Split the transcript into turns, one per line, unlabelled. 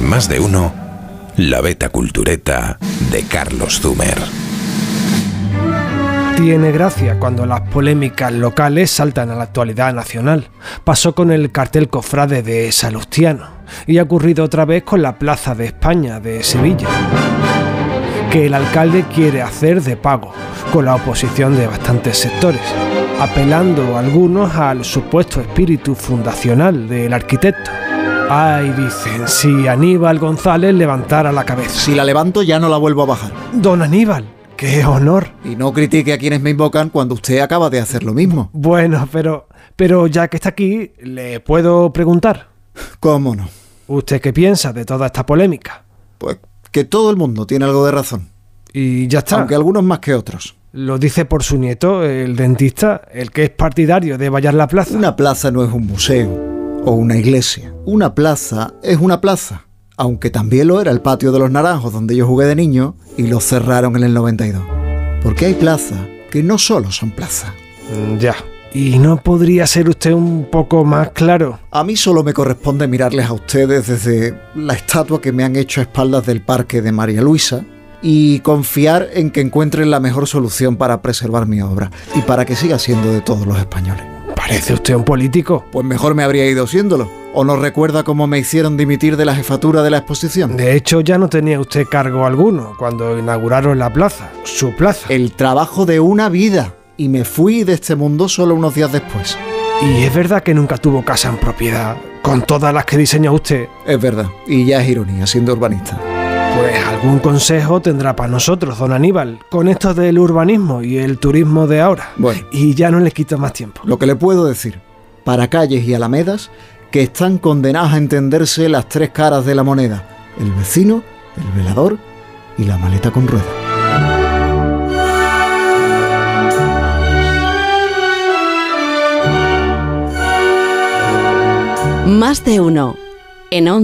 más de uno, la beta cultureta de Carlos Zumer.
Tiene gracia cuando las polémicas locales saltan a la actualidad nacional. Pasó con el cartel cofrade de Salustiano y ha ocurrido otra vez con la Plaza de España de Sevilla, que el alcalde quiere hacer de pago, con la oposición de bastantes sectores, apelando algunos al supuesto espíritu fundacional del arquitecto. Ay, dicen, si Aníbal González levantara la cabeza.
Si la levanto ya no la vuelvo a bajar.
Don Aníbal, qué honor.
Y no critique a quienes me invocan cuando usted acaba de hacer lo mismo.
Bueno, pero, pero ya que está aquí, le puedo preguntar.
¿Cómo no?
¿Usted qué piensa de toda esta polémica?
Pues que todo el mundo tiene algo de razón.
Y ya está.
Aunque algunos más que otros.
Lo dice por su nieto, el dentista, el que es partidario de vallar la plaza.
Una plaza no es un museo o una iglesia. Una plaza es una plaza. Aunque también lo era el patio de los naranjos donde yo jugué de niño y lo cerraron en el 92. Porque hay plazas que no solo son plazas.
Mm, Ya. ¿Y no podría ser usted un poco más claro?
A mí solo me corresponde mirarles a ustedes desde la estatua que me han hecho a espaldas del parque de María Luisa y confiar en que encuentren la mejor solución para preservar mi obra y para que siga siendo de todos los españoles.
Parece usted un político.
Pues mejor me habría ido siéndolo. ¿O no recuerda cómo me hicieron dimitir de la jefatura de la exposición?
De hecho, ya no tenía usted cargo alguno cuando inauguraron la plaza, su plaza.
El trabajo de una vida. Y me fui de este mundo solo unos días después.
Y es verdad que nunca tuvo casa en propiedad, con todas las que diseñó usted.
Es verdad. Y ya es ironía, siendo urbanista.
Pues algún consejo tendrá para nosotros, don Aníbal, con esto del urbanismo y el turismo de ahora.
Bueno.
Y ya no le quito más tiempo.
Lo que le puedo decir, para calles y alamedas que están condenadas a entenderse las tres caras de la moneda, el vecino, el velador y la maleta con ruedas.
Más de uno. En Onda